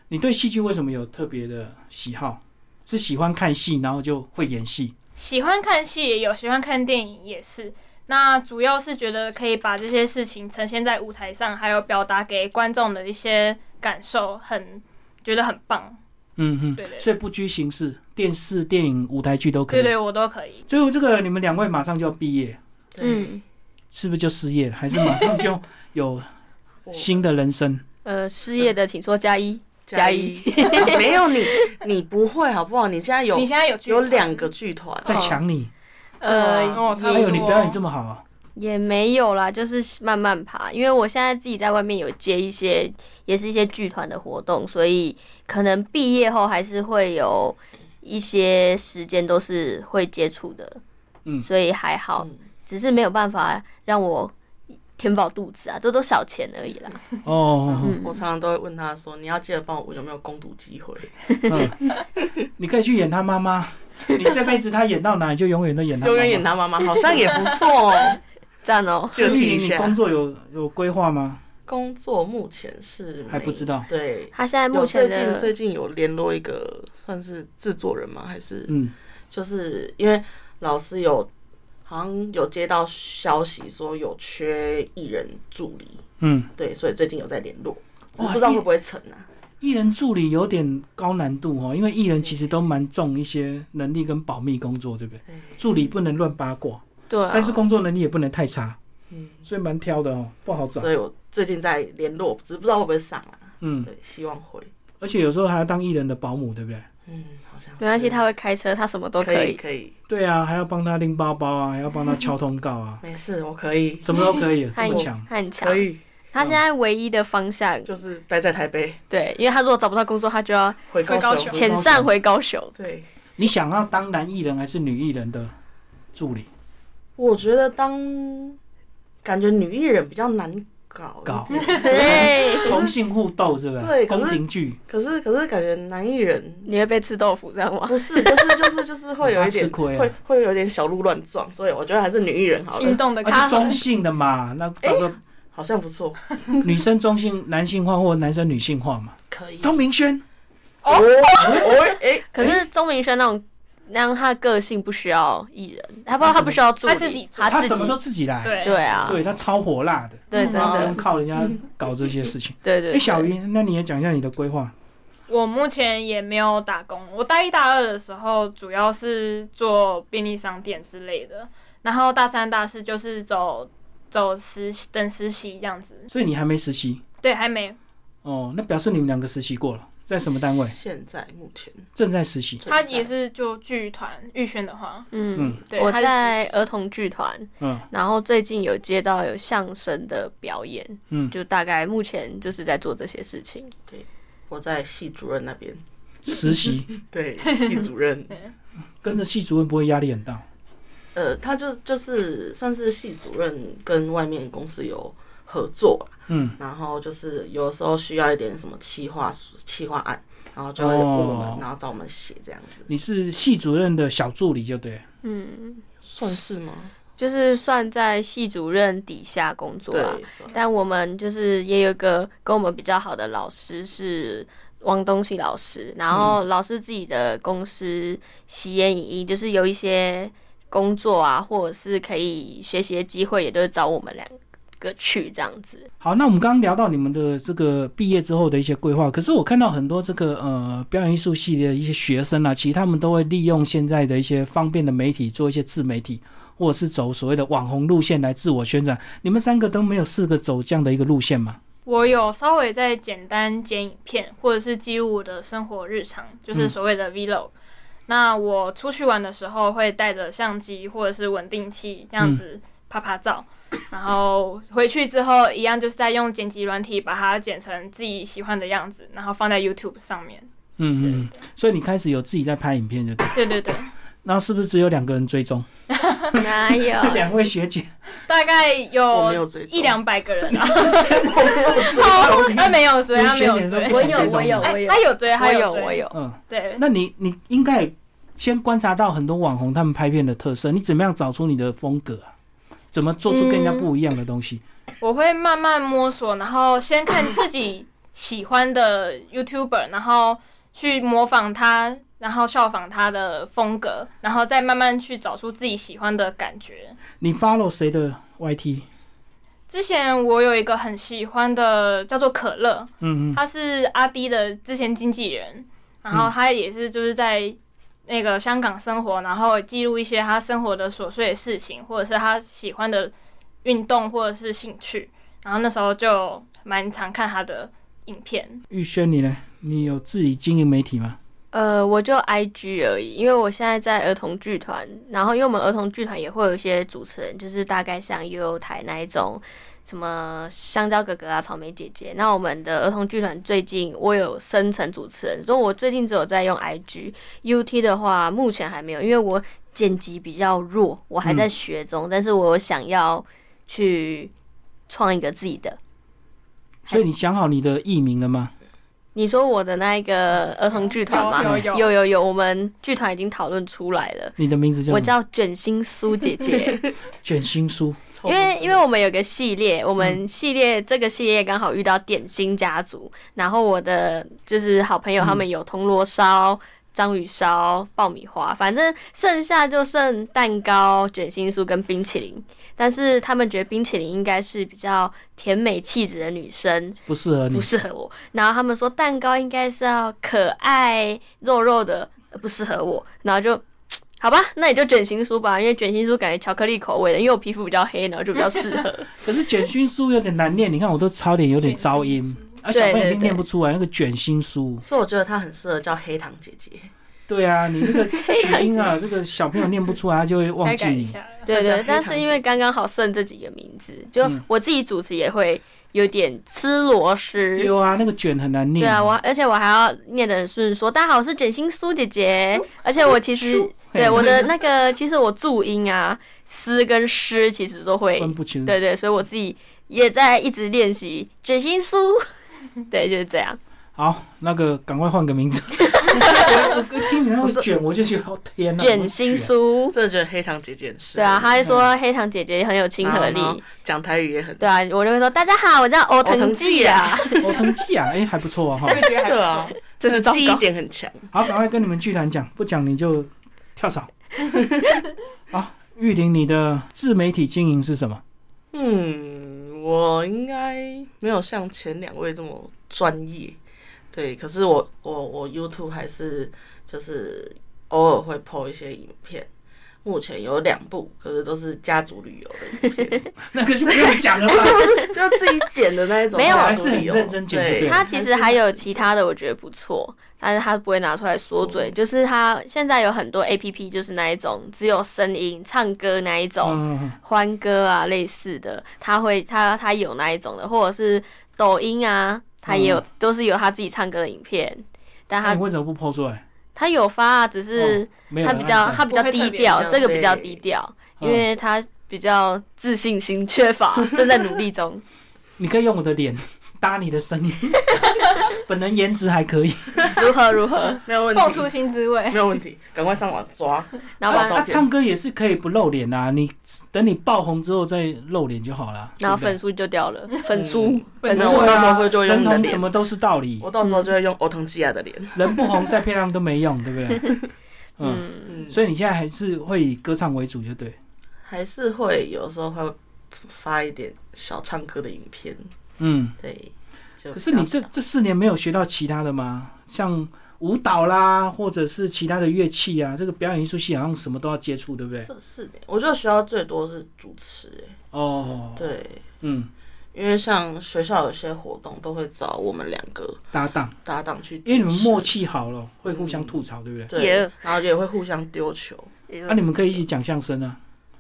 Speaker 1: 你对戏剧为什么有特别的喜好？是喜欢看戏，然后就会演戏。
Speaker 4: 喜欢看戏也有，喜欢看电影也是。那主要是觉得可以把这些事情呈现在舞台上，还有表达给观众的一些感受，很觉得很棒。
Speaker 1: 嗯嗯，
Speaker 4: 对对对
Speaker 1: 所以不拘形式，电视、电影、舞台剧都可以。
Speaker 4: 对对，我都可以。
Speaker 1: 最后这个你们两位马上就要毕业，
Speaker 2: 嗯，
Speaker 3: 嗯，
Speaker 1: 是不是就失业了？还是马上 就有
Speaker 2: 我
Speaker 1: 新的人生？
Speaker 2: 哦
Speaker 3: 呃，失业的请说加一，
Speaker 2: 加一， 没有你，你不会好不好？你现在有
Speaker 4: 你现在有剧
Speaker 2: 有
Speaker 4: 团
Speaker 2: 两个剧团，嗯
Speaker 1: 在抢你？
Speaker 3: 呃，
Speaker 4: 哦，差
Speaker 1: 哎
Speaker 4: 不
Speaker 1: 呦，
Speaker 4: 多。
Speaker 1: 你表演这么好啊！
Speaker 3: 也没有啦，就是慢慢爬。因为我现在自己在外面有接一些，也是一些剧团的活动，所以可能毕业后还是会有一些时间都是会接触的。
Speaker 1: 嗯
Speaker 3: 所以还好，
Speaker 2: 嗯
Speaker 3: 只是没有办法让我填饱肚子啊，这都小钱 而已啦。
Speaker 1: 哦，
Speaker 2: 嗯我常常都会问他说：“你要记得帮我有没有攻读 机会
Speaker 1: 嗯，你可以去演他妈 妈，你这辈子他演到哪，你就永远都演？”他妈
Speaker 2: 永
Speaker 1: 妈。
Speaker 2: 远演他妈妈，好像也不错哦。
Speaker 3: 赞哦，
Speaker 2: 就
Speaker 1: 玉
Speaker 2: 提
Speaker 1: 玲
Speaker 2: 一
Speaker 1: 你
Speaker 2: 下，
Speaker 1: 工作有有规划吗？
Speaker 2: 工作目前是没
Speaker 1: 还不知道
Speaker 2: 对，
Speaker 3: 他现在目
Speaker 2: 有
Speaker 3: 前
Speaker 2: 最近
Speaker 3: 的
Speaker 2: 最近有联络一个算是制作人吗？还是
Speaker 1: 嗯，
Speaker 2: 就是因为老师有好像有接到消息说有缺艺人助理，
Speaker 1: 嗯，
Speaker 2: 对，所以最近有在联络，只是
Speaker 1: 哇
Speaker 2: 不知道
Speaker 1: 艺
Speaker 2: 会不会成啊？
Speaker 1: 艺人助理有点高难度哦，因为艺人其实都蛮重一些能力跟保密工作，对不对？助理不能乱八卦，
Speaker 3: 对啊
Speaker 1: 但是工作能力也不能太差，
Speaker 2: 嗯，
Speaker 1: 所以蛮挑的哦，不好找。
Speaker 2: 所以我最近在联络，只是不知道会不会上啊？
Speaker 1: 嗯，
Speaker 2: 对，希望会。
Speaker 1: 而且有时候还要当艺人的保姆，对不对？
Speaker 2: 嗯，好像是
Speaker 3: 没关系，他会开车，他什么都
Speaker 2: 可
Speaker 3: 可
Speaker 2: 以
Speaker 3: 以。
Speaker 2: 可以，，
Speaker 1: 对啊，还要帮他拎包包啊，还要帮他敲通告啊
Speaker 2: 没事，我可以
Speaker 1: 什么都可以，
Speaker 3: 他
Speaker 1: 这么
Speaker 3: 很
Speaker 1: 强。
Speaker 3: 他很强
Speaker 2: 可，以，
Speaker 3: 他现在唯一的方向
Speaker 2: 就是待在台北
Speaker 3: 对，因为他如果找不到工作，他就要
Speaker 2: 回高
Speaker 4: 回高
Speaker 2: 雄
Speaker 4: 雄。
Speaker 3: 遣散回高雄。
Speaker 2: 对，
Speaker 1: 你想要当男艺人还是女艺人的助理？
Speaker 2: 我觉得当感觉女艺人比较难搞一
Speaker 1: 搞
Speaker 2: 点，
Speaker 3: 对，
Speaker 1: 同性互斗是不是？
Speaker 2: 对可是
Speaker 1: 宫廷剧，
Speaker 2: 可是可是感觉男艺人
Speaker 3: 你会被吃豆腐这样吗？
Speaker 2: 不是，就是就是就是会有
Speaker 1: 很
Speaker 2: 一
Speaker 1: 怕吃
Speaker 2: 点
Speaker 1: 亏啊
Speaker 2: 会会有点小鹿乱撞，所以我觉得还是女艺人好
Speaker 4: 心
Speaker 2: 了，
Speaker 4: 动的
Speaker 1: 啊，
Speaker 4: 咖
Speaker 1: 就中性的嘛，那找个
Speaker 2: 好像不错，
Speaker 1: 女生中性男性化或男生女性化嘛。
Speaker 2: 可以。
Speaker 1: 钟明轩，
Speaker 2: 哦哦哎，
Speaker 3: 可是钟明轩那种，那样他的个性不需要艺人，他不他不需要助理，
Speaker 4: 他自己做
Speaker 3: 他
Speaker 1: 他
Speaker 3: 自
Speaker 1: 什么
Speaker 3: 己
Speaker 1: 都自己来，
Speaker 4: 对
Speaker 3: 对啊，
Speaker 1: 对他超火辣的，
Speaker 3: 对真嗯
Speaker 1: 然后
Speaker 3: 的，
Speaker 1: 靠人家搞这些事情。
Speaker 3: 对
Speaker 1: 哎、
Speaker 3: 对。
Speaker 1: 小
Speaker 3: 对，
Speaker 1: 云，那你也讲一下你的规划。
Speaker 4: 我目前也没有打工，我大一大二的时候主要是做便利商店之类的，然后大三大四就是走走实习等实习这样子。
Speaker 1: 所以你还没实习
Speaker 4: 对，还没
Speaker 1: 哦，那表示你们两个实习过了，在什么单位？
Speaker 2: 现在目前
Speaker 1: 正在实习。
Speaker 4: 他也是就剧团预选的话，
Speaker 3: 嗯
Speaker 1: 嗯，
Speaker 4: 对，
Speaker 3: 我
Speaker 4: 他是
Speaker 3: 在
Speaker 4: 实习
Speaker 3: 儿童剧团，
Speaker 1: 嗯
Speaker 3: 然后最近有接到有相声的表演，
Speaker 1: 嗯，
Speaker 3: 就大概目前就是在做这些事情。
Speaker 2: 我在系主任那边，
Speaker 1: 实习
Speaker 2: 对，系主任，
Speaker 1: 跟着系主任不会压力很大？
Speaker 2: 呃，他就就是算是系主任跟外面公司有合作啊，
Speaker 1: 嗯，
Speaker 2: 然后就是有时候需要一点什么企划企划案，然后就会问我们，
Speaker 1: 哦
Speaker 2: 然后找我们写这样子，
Speaker 1: 你是系主任的小助理就对了。
Speaker 3: 嗯，
Speaker 2: 算是吗？
Speaker 3: 就是算在系主任底下工作
Speaker 2: 对
Speaker 3: 啊，，
Speaker 2: 算
Speaker 3: 但我们就是也有一个跟我们比较好的老师是汪东信老师，然后老师自己的公司喜烟影音，就是有一些工作啊，或者是可以学习的机会，也都是找我们两个去这样 子。
Speaker 1: 好，那我们刚刚聊到你们的这个毕业之后的一些规划，可是我看到很多这个呃表演艺术系的一些学生啊，其实他们都会利用现在的一些方便的媒体做一些自媒体，或者是走所谓的网红路线来自我宣传。你们三个都没有四个走这样的一个路线吗？
Speaker 4: 我有稍微再简单剪影片，或者是记录我的生活日常，就是
Speaker 1: 嗯
Speaker 4: 所谓的 vlog。那我出去玩的时候会带着相机或者是稳定器这样子拍拍照，然后回去之后一样就是再用剪辑软体把它剪成自己喜欢的样子，然后放在 YouTube 上面。
Speaker 1: 嗯嗯，所以你开始有自己在拍影片就对，
Speaker 4: 对对对，
Speaker 1: 那是不是只有两个人追踪？
Speaker 3: 哪 有？
Speaker 1: 两位学姐，
Speaker 4: 大概
Speaker 3: 哦
Speaker 2: 我没有
Speaker 4: 有
Speaker 2: 追踪
Speaker 4: 一两百个人啊，
Speaker 2: 我没有追踪
Speaker 4: 他没有追，
Speaker 1: 你
Speaker 4: 他没有
Speaker 1: 学姐
Speaker 4: 追
Speaker 1: 说，
Speaker 3: 我有，我有，
Speaker 4: 哎
Speaker 3: 我有
Speaker 4: 他，有追，他
Speaker 3: 我有，
Speaker 4: 追
Speaker 3: 我有。
Speaker 1: 嗯，
Speaker 4: 对，
Speaker 1: 那你你应该先观察到很多网红他们拍片的特色，你怎么样找出你的风格啊？怎么做出跟人家不一样的东西？
Speaker 4: 我会慢慢摸索，然后先看自己喜欢的 YouTuber，然后去模仿他，然后效仿他的风格，然后再慢慢去找出自己喜欢的感觉。
Speaker 1: 你 follow 谁的 YT？
Speaker 4: 之前我有一个很喜欢的叫做可乐，
Speaker 1: 嗯嗯
Speaker 4: 他是阿 D 的之前经纪人，然
Speaker 1: 嗯
Speaker 4: 后他也是就是在那个香港生活，然后记录一些他生活的琐碎的事情，或者是他喜欢的运动或者是兴趣。然后那时候就蛮常看他的影片，
Speaker 1: 玉轩你呢？你有自己经营媒体吗？
Speaker 3: 呃，我就 IG 而已，因为我现在在儿童剧团，然后因为我们儿童剧团也会有一些主持人，就是大概像悠悠台那一种，什么香蕉哥哥啊、草莓姐姐。那我们的儿童剧团最近我有生成主持人，所以我最近只有在用 IG。UT 的话，目前还没有，因为我剪辑比较弱，我还在学中，但是我有想要去创一个自己的。
Speaker 1: 所以你想好你的艺名了吗？
Speaker 3: 你说我的那一个儿童剧团吗？
Speaker 4: 有有啊有
Speaker 3: 有有有，我们剧团已经讨论出来了。
Speaker 1: 你的名字叫
Speaker 3: 我
Speaker 1: 什么
Speaker 3: 叫卷心苏姐姐，
Speaker 1: 卷心书，
Speaker 3: 因为因为我们有个系列，我们系列、这个系列刚好遇到点心家族，然后我的就是好朋友他们有铜锣烧、章鱼烧、爆米花，反正剩下就剩蛋糕、卷心酥跟冰淇淋。但是他们觉得冰淇淋应该是比较甜美气质的女生，
Speaker 1: 不适合你
Speaker 3: 不。适合我。然后他们说蛋糕应该是要可爱肉肉的，呃不适合我。然后就好吧，那你就卷心酥吧，因为卷心酥感觉巧克力口味的，因为我皮肤比较黑，然后就比较适合。
Speaker 1: 可是卷心书有点难念，你看我都差点有点噪音，而小朋友一定念不出来那个卷心书。
Speaker 2: 所以我觉得他很适合叫黑糖姐姐。
Speaker 1: 对啊，你这个取音啊，这个小朋友念不出来，他就会忘
Speaker 4: 该
Speaker 1: 记
Speaker 4: 改一
Speaker 1: 你。
Speaker 4: 下了。
Speaker 3: 对
Speaker 2: 叫
Speaker 3: 对
Speaker 2: 黑，
Speaker 3: 但
Speaker 2: 糖
Speaker 3: 是因
Speaker 2: 姐
Speaker 3: 为刚刚好剩这几个名字，就
Speaker 1: 嗯
Speaker 3: 我自己主持也会有点吃螺丝。
Speaker 1: 有啊，那个卷很难念。
Speaker 3: 对啊，我而且我还要念得很顺，说大家好，我是卷心苏姐姐。而且我其实 对我的那个，其实我注音啊，诗跟诗其实都会
Speaker 1: 分不清。
Speaker 3: 对对，所以我自己也在一直练习卷心酥。对，就是这 样。
Speaker 1: 好，那个赶快换个名字。我我听你那个卷，我就觉得哦天哪，
Speaker 3: 卷心酥，
Speaker 2: 真的觉得黑糖姐姐很适合。
Speaker 3: 对啊啊，他还说黑糖姐姐很有亲和力
Speaker 2: 然。后讲台语也很
Speaker 3: 对啊，我就会说大家好，我叫欧哦腾记啊，
Speaker 1: 怎么卷，我同济啊，哎、还不错啊哈。
Speaker 4: 觉得还不
Speaker 2: 对啊，
Speaker 3: 这是糟
Speaker 2: 记忆
Speaker 3: 糕。
Speaker 2: 点很强。
Speaker 1: 好，赶快跟你们剧团讲，不讲你就跳槽。 好，玉玲，你的自媒体经营是什么？
Speaker 2: 嗯，我应该没有像前两位这么专业，对。可是我我我 YouTube 还是就是偶尔会 po 一些影片。目前有两部，可是都是家族旅游的影片，
Speaker 1: 那个就不用讲 了吧。
Speaker 2: 就自己剪的那一种
Speaker 3: 没有啊
Speaker 2: 家族旅游。
Speaker 1: 还是很认真剪就对
Speaker 2: 对，
Speaker 1: 了
Speaker 3: 他其实还有其他的，我觉得不错，但是他不会拿出来说嘴。就是他现在有很多 A P P，就是那一种只有声音、唱歌那一种，
Speaker 1: 嗯，
Speaker 3: 欢歌啊类似的，他会他他有那一种的，或者是抖音啊，他也有、
Speaker 1: 嗯
Speaker 3: 都是有他自己唱歌的影片，但
Speaker 1: 那
Speaker 3: 他、
Speaker 1: 你为什么不抛出来？
Speaker 3: 他有发啊，只是
Speaker 1: 哦没有
Speaker 3: 他
Speaker 1: 人
Speaker 3: 比较
Speaker 1: 按赞
Speaker 3: 他比较
Speaker 4: 不会特
Speaker 3: 低
Speaker 4: 别
Speaker 3: 调，
Speaker 2: 像
Speaker 3: 这个比较
Speaker 2: 被
Speaker 3: 低调，
Speaker 1: 嗯
Speaker 3: 因为他比较自信心缺乏，正在努力中。
Speaker 1: 你可以用我的脸搭你的声音，本人颜值还可以。
Speaker 3: 如何如何？
Speaker 2: 没有问
Speaker 4: 蹦出
Speaker 2: 题，
Speaker 4: 新滋味
Speaker 2: 没。有问题，赶快上网抓。
Speaker 3: 然后
Speaker 1: 他
Speaker 2: 把
Speaker 3: 把
Speaker 2: 照
Speaker 1: 他
Speaker 2: 片
Speaker 1: 啊唱歌也是可以不露脸啊，你等你爆红之后再露脸就好了。
Speaker 3: 然后
Speaker 1: 对不对
Speaker 3: 粉数就掉了，粉数
Speaker 2: 没
Speaker 3: 粉
Speaker 1: 对啊
Speaker 2: 有
Speaker 3: 数
Speaker 2: 我到时候会就用
Speaker 1: 人
Speaker 2: 你的
Speaker 1: 红
Speaker 2: 脸
Speaker 1: 什么都是道理，
Speaker 2: 我到时候就会用欧腾基亚的脸。
Speaker 1: 人不红再漂亮都没用，对不 对？嗯，
Speaker 3: 嗯。
Speaker 2: 嗯，
Speaker 1: 所以你现在还是会以歌唱为主，就对。
Speaker 2: 还是会有时候会发一点小唱歌的影片，
Speaker 1: 嗯，
Speaker 2: 对。就
Speaker 1: 可是你
Speaker 2: 比
Speaker 1: 这
Speaker 2: 较少
Speaker 1: 这四年没有学到其他的吗？像舞蹈啦，或者是其他的乐器啊，这个表演艺术系好像什么都要接触，对不对？
Speaker 2: 这四年，我觉得学校最多是主持、欸，
Speaker 1: 哦，
Speaker 2: 对，
Speaker 1: 嗯，
Speaker 2: 因因为像学校有些活动都会找我们两个
Speaker 1: 搭档，
Speaker 2: 搭档去，
Speaker 1: 因为你们默，契好了，会互相吐槽，对不对？
Speaker 2: 对
Speaker 3: Yeah，
Speaker 2: 然后也会互相丢球，
Speaker 1: 那、啊你们可以一起讲相声啊，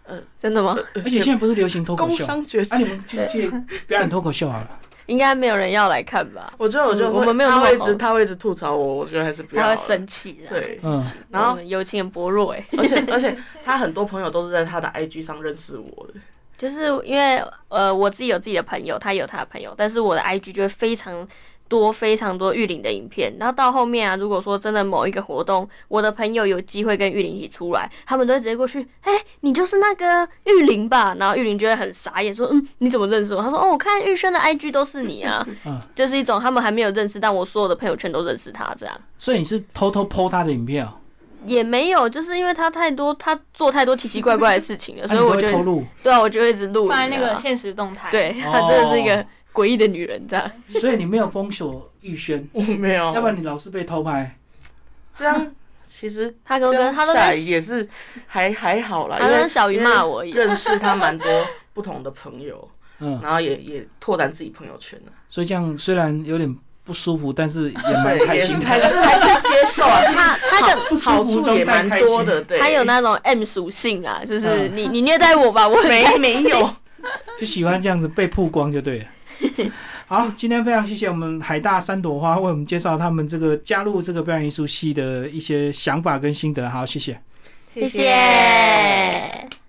Speaker 3: 嗯真的吗？
Speaker 1: 而且现在不是流行脱口
Speaker 2: 嗯工
Speaker 1: 秀，
Speaker 2: 商绝
Speaker 1: 啊，你
Speaker 2: 技。
Speaker 1: 们去去表演脱口秀好了。
Speaker 3: 应该没有人要来看吧？
Speaker 2: 我觉得，我觉得
Speaker 3: 嗯
Speaker 2: 会
Speaker 3: 我们没有那
Speaker 2: 他
Speaker 3: 么
Speaker 2: 会一直
Speaker 3: 红
Speaker 2: 他会一直吐槽我，我觉得还是不要
Speaker 3: 他
Speaker 2: 了。
Speaker 3: 会生气的。，
Speaker 2: 对，
Speaker 1: 嗯，
Speaker 2: 然后
Speaker 3: 我们友情很薄弱哎、
Speaker 2: 而且而且他很多朋友都是在他的 IG 上认识我的，
Speaker 3: 就是因为呃，我自己有自己的朋友，他有他的朋友，但是我的 IG 就会非常多非常多玉林的影片。然后到后面啊，如果说真的某一个活动，我的朋友有机会跟玉林一起出来，他们都会直接过去，哎、你就是那个玉林吧？然后玉林就会很傻眼，说，嗯，你怎么认识我？他说，哦，我看玉轩的 IG 都是你啊，
Speaker 1: 嗯
Speaker 3: 就是一种他们还没有认识，但我所有的朋友圈都认识他这样。
Speaker 1: 所以你是偷偷剖他的影片哦，
Speaker 3: 也没有，就是因为他太多，他做太多奇奇怪怪的事情 了，
Speaker 1: 啊、
Speaker 3: 所以
Speaker 1: 你都
Speaker 3: 我
Speaker 1: 会
Speaker 3: 觉
Speaker 1: 偷
Speaker 3: 得，
Speaker 1: 录，
Speaker 3: 对啊，我就一直录
Speaker 4: 放在
Speaker 3: 影
Speaker 4: 那个
Speaker 3: 啊
Speaker 4: 现实动态。，
Speaker 3: 对，
Speaker 1: 哦
Speaker 3: 她真的是一个诡异的女人，这样。
Speaker 1: 所以你没有封锁玉轩，
Speaker 2: 我没有，
Speaker 1: 哦要不然你老是被偷拍。
Speaker 2: 这样其实
Speaker 3: 她跟
Speaker 2: 这样
Speaker 3: 跟她都
Speaker 2: 下
Speaker 3: 在
Speaker 2: 来，也是还还好啦，
Speaker 3: 她
Speaker 2: 因为
Speaker 3: 跟小鱼骂我一样。
Speaker 2: 认识他蛮多不同的朋友，
Speaker 1: 嗯，
Speaker 2: 然后也也拓展自己朋友圈了，
Speaker 1: 所以这样虽然有点不舒服，但是也蛮
Speaker 2: 对，
Speaker 1: 开
Speaker 2: 也
Speaker 1: 心
Speaker 2: 是
Speaker 1: 的。
Speaker 2: 还是还是接受 啊，
Speaker 3: 她她的
Speaker 1: 不舒
Speaker 2: 好
Speaker 1: 服
Speaker 2: 处
Speaker 1: 中
Speaker 2: 也
Speaker 1: 带
Speaker 2: 蛮
Speaker 1: 开
Speaker 2: 多
Speaker 1: 心，
Speaker 2: 的，对，
Speaker 3: 她有那种 M 属性啊，就是
Speaker 1: 嗯
Speaker 3: 你你虐待我吧，我 很
Speaker 2: 没
Speaker 3: 开心
Speaker 2: 没有，
Speaker 1: 就喜欢这样子被曝光就对了。好，今天非常谢谢我们海大三朵花为我们介绍他们这个加入这个表演艺术系的一些想法跟心得。好，谢谢。
Speaker 3: 谢谢。